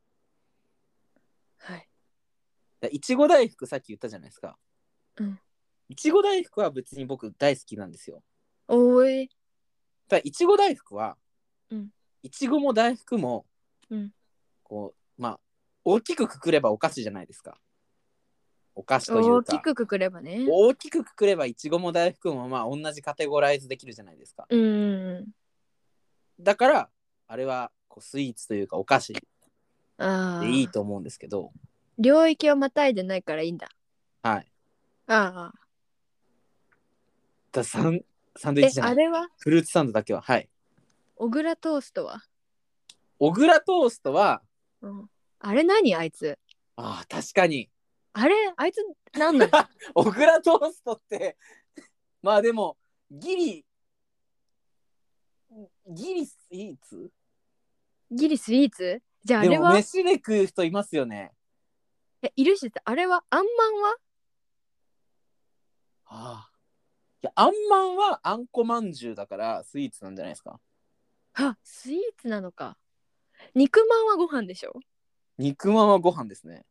はい
だいちご大福さっき言ったじゃないですか。
うん。
いちご大福は別に僕大好きなんですよ。
おい
ただいちご大福は、
うん
いちごも大福も、
うん
こうまあ大きくくくればお菓子じゃないですかお菓子とい
大
う
き
か
くくくればね
大きくくくればいちごも大福もまあ同じカテゴライズできるじゃないですか
うんうん
だからあれはこうスイーツというかお菓子で
うんああ
いいと思うんですけど
領域をまたいでないからいいんだ
はい
ああ
だサンサンドイッ
え
チじゃな
あ
い
れは
フルーツサンドだけははい
小倉トーストは、
小倉トーストは
うん、あれ何あいつ
あー確かに
あれあいつ何なの
小倉トーストって まあでもギリギリスイーツ
ギリスイーツじゃああ
で
れ
も
は
飯で食う人いますよね
えいるしってあれはあんまんは
ああいやあんまんはあんこまんじゅうだからスイーツなんじゃないですか
あスイーツなのか肉まんはご飯でしょ
肉まんはご飯ですね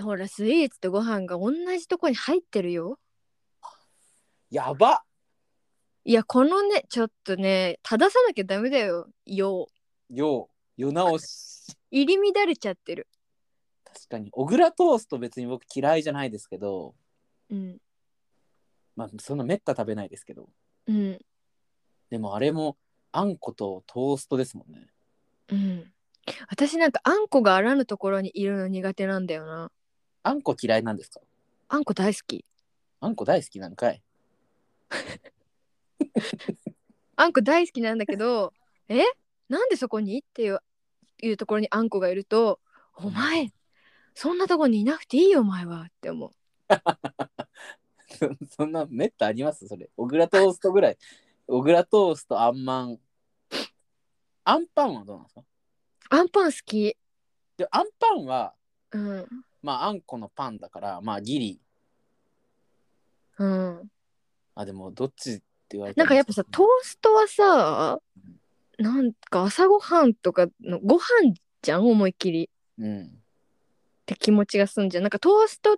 ほらスイーツとご飯が同じとこに入ってるよ
やば
いやこのねちょっとね正さなきゃダメだよよ
よう世直し
入り乱れちゃってる
確かに小倉トースト別に僕嫌いじゃないですけど
うん
まあそんなめった食べないですけど
うん
でもあれもあんことトーストですもんね
うん私なんかあんこがあらぬところにいるの苦手なんだよな
あんこ嫌いなんですか
あんこ大好き
あんこ大好きなのかい
あんこ大好きなんだけどえなんでそこにっていういうところにあんこがいると「お前そんなとこにいなくていいよお前は」って思う
そそんなめったありますそれ。小倉トーストぐらい。小倉トースト、あんまん。あんパンはどうなんですか
アンパン好き
で、あんパンは、
うん
まあ、あんこのパンだから、まあ、ギリ。
うん
あ、でも、どっちって言われた
なん
ら
かやっぱさトーストはさなんか朝ごはんとかのご飯じゃん思いっきり
うん。
って気持ちがすんじゃんなんかトーストっ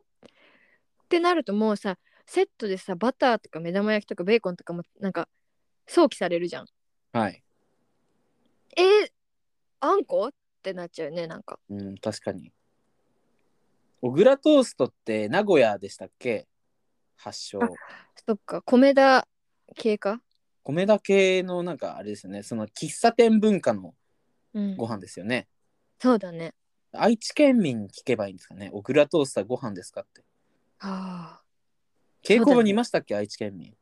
てなるともうさセットでさバターとか目玉焼きとかベーコンとかもなんか想起されるじゃん
はい。
えーあんこってなっちゃうよねなんか
うん、確かに。小倉トーストって、名古屋でしたっけ発祥
あ。そっか、米田系か。
米田系の、なんか、あれですよね。その、喫茶店文化の
うん
ご飯ですよね。
そうだね。
愛知県民に聞けばいいんですかね。小倉トーストはご飯ですかって。
はあ。
稽古場にいましたっけ、愛知県民。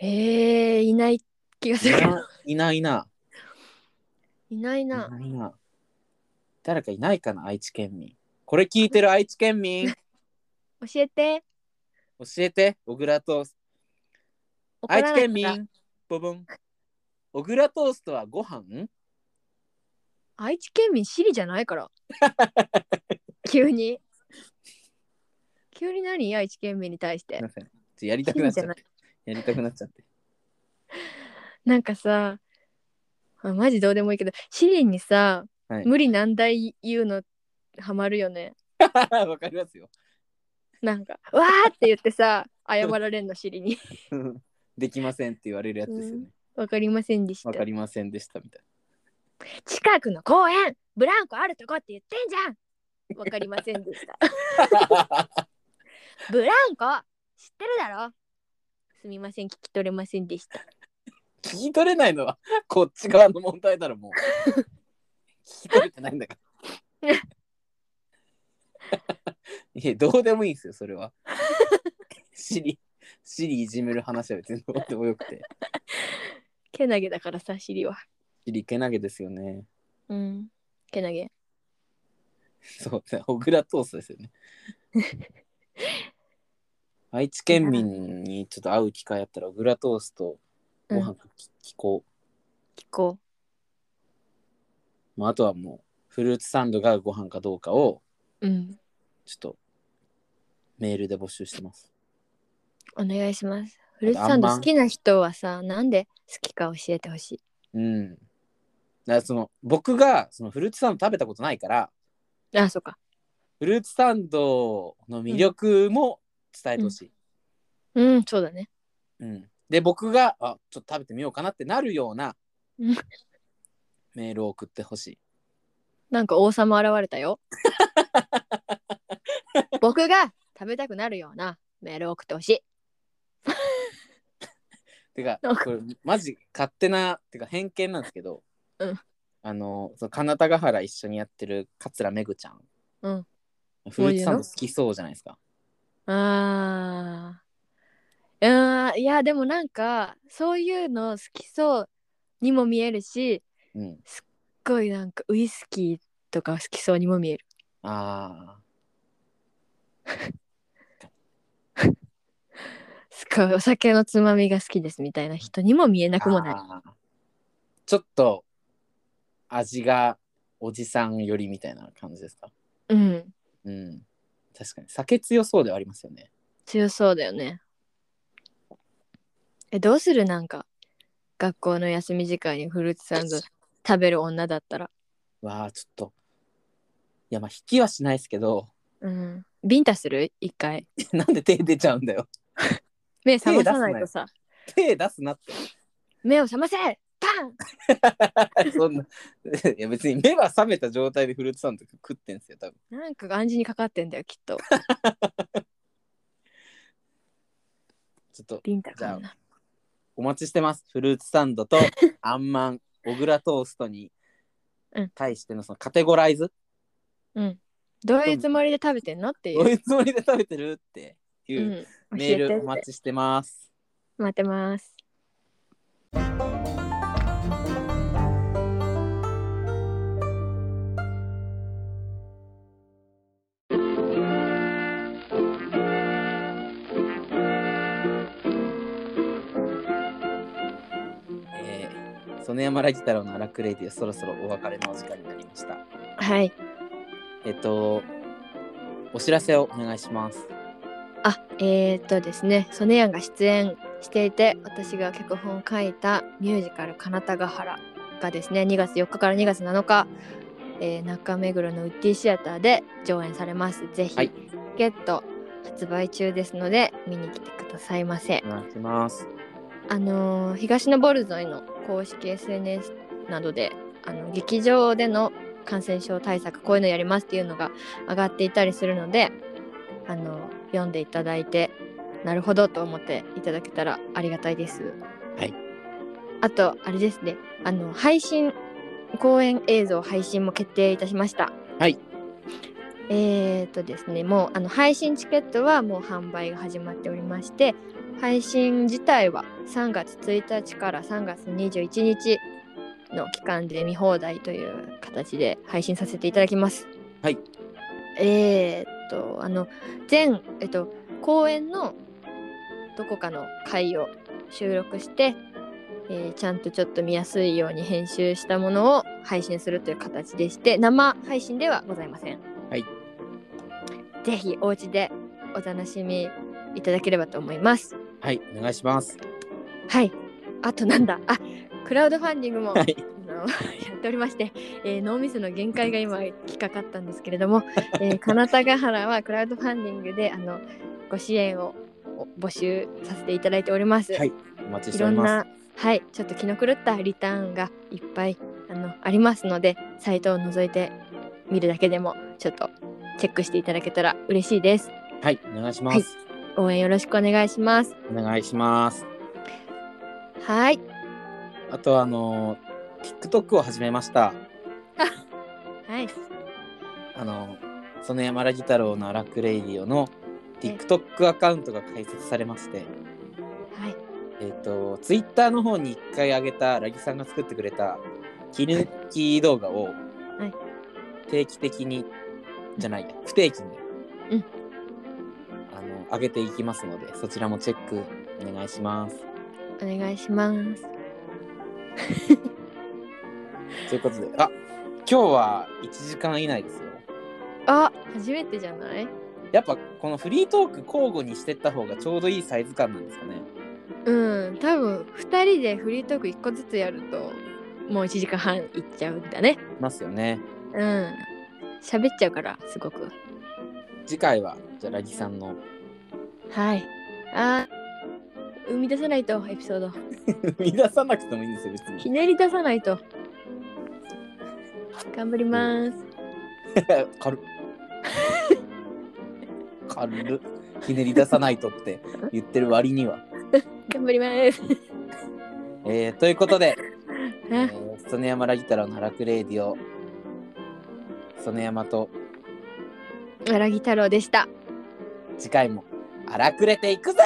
えー、いない気がす
い
るけど。
ないいないな。
いない
い
な。
ないな。誰かいないかな、愛知県民。これ聞いてる愛知県民、教
教えて。
えて、小倉トースト。
怒
愛
ら
知
ない
県
から
民、ボボン。小倉トーストはご飯
愛知県民、シリじゃない から。急に。急に何愛知県民に対し
すい
て
ま。せん。ちょっとやりたくなっちゃ
いいん
っ
じ
て。やりたくなっちゃって。
なんかさ、あマジどうでもいいけど、シリにさ、
はい
無理難題言うのハマるよね。
わかりますよ。
なんか、わーって言ってさ、謝られんの、シリに。
できませんって言われるやつですよね。
わかりませんでし
わ
た
か。りませんでしたみたい
近くの公園ブランコあるとこって言ってんじゃんわかりませんで した
な。
ブランコ知ってるだろすみません聞き取れませんでした
聞き取れないのはこっち側の問題だろ、もう。 聞き取れてないんだ から。いや、どうでもいいんですよ、それは。 シリ、シリいじめる話は別にどうでもよくて。
けなげだからさ尻は
シリけなげですよね。
うんけなげ
そう、小倉トーストですよ ね。愛知県民にちょっと会う機会あったら、小倉トースト、ご
う
飯聞こ
聞こ
う。まあ、あとはもう、フルーツサンドがご飯かどうかを、
ううん
ちょっとメールで募集してます。
お願いしますフルーツサンド好きな人はさ、なんで好きか教えてほし
うん。だからその僕がそのフルーツサンド食べたことないから
い。あ、そうか。
フルーツサンドの魅力も伝えてほしい。
うん、そうだね。
うんで僕があちょっと食べてみようかなってなるような
うん
メールを送ってほしい。
なんか王様現れた よ。僕が食べたくなるようなメールを送ってほしい。
てか
なんか
これマジ勝手なてか偏見なんですけど、
うん
あのその金田ヶ原一緒にやってる桂めぐちゃん、
うん
フルーツサンド好きそうじゃないですか。
あーうーんいやでもなんかそういうの好きそうにも見えるし
うん、
すっごいなんかウイスキーとか好きそうにも見える
あ
すっごいお酒のつまみが好きですみたいな人にも見えな
ー
くもない
あーちょっと味がおじさん寄りみたいな感じですか。
うん
うん、確かに酒強そうではありますよね。
強そうだよねえどうするなんか学校の休み時間にフルーツサンド食べる女だったら
わあちょっといやまあ引きはしないですけど
うんビンタする一回
なんで手出ちゃうんだよ。
目覚まさないとさ
手出すなって。
目を覚ませパン
そんないや別に目が覚めた状態でフルーツサンド食ってんすよ多分
なんか暗示にかかってんだよきっと
ちょっと
ビンタか
じ
な
お待ちしてますフルーツサンド とあんまん小倉トーストに
うん
対してのそのカテゴライズ、
うんどういうつもりで食べてんのっていう、
どういうつもりで食べてるっていううんメー
教えてっ
ル
て
お待ちしてます、
待ってます
えー、曽根山ラギ太郎の荒くれディオそろそろお別れのお時間になりました
はい
えっとお知らせをお願いします
あえー、っとですねソネヤンが出演していて私が脚本を書いたミュージカル「かなたがはら」がですね2月4日から2月7日、えー中目黒のウッディシアターで上演されますぜひ、
はい
チケット発売中ですので見に来てくださいませ
お願いします
あのー東のボルゾイの公式 SNS などであの劇場での感染症対策こういうのやりますっていうのが上がっていたりするので、あの読んでいただいてなるほどと思っていただけたらありがたいです。
はい、
あとあれですねあの配信公演映像配信も決定いたしました。
はい
えー、とですねもうあの配信チケットはもう販売が始まっておりまして配信自体は3月1日から3月21日の期間で見放題という形で配信させていただきます。
はい。
えー、っとあの全えっと公演のどこかの回を収録して、えーちゃんとちょっと見やすいように編集したものを配信するという形でして生配信ではございません。
はい。
ぜひお家でお楽しみいただければと思います。
はいお願いします
はい。あとなんだあクラウドファンディングも
はい
あの やっておりまして、えー脳みその限界が今きかかったんですけれど も、えー、金田ヶ原はクラウドファンディングであのご支援をお募集させていただいております。
はいお待ちし
い
てお
ろ
り
ん
ます
な、はい、ちょっと気の狂ったリターンがいっぱいあのありますので、サイトを覗いてみるだけでもちょっとチェックしていただけたら嬉しいです。
はいお願いします、
はい応援よろしくお願いします。
お願いします
はい。
あとあの TikTok を始めました
はい。
あの曽根山ラギ太郎のアラクレイディオの TikTok アカウントが開設されまして
はい。
えっ、と Twitter の方に一回上げたラギさんが作ってくれた切り抜き動画を
い
定期的にじゃないや不定期に、
うん
あの上げていきますのでそちらもチェックお願いします
お願いします。
ということであ今日は1時間以内ですよ
あ、初めてじゃない
やっぱこのフリートーク交互にしてった方がちょうどいいサイズ感なんですかね
うん多分2人でフリートーク1個ずつやるともう1時間半いっちゃうんだね
ますよね。
うん喋っちゃうからすごく
次回は、じゃあ、ラギさんの
はいあー生み出さないとエピソード
生み出さなくてもいいんですよ、別に。
ひねり出さないと頑張ります
軽っ。軽っ。ひねり出さないとって言ってる割には。
頑張ります
えー、ということで、え
あ
ー、曽根山ラギ太郎のハラクレーディオ、曽根山と
荒木太郎でした
次回も荒くれていくぜ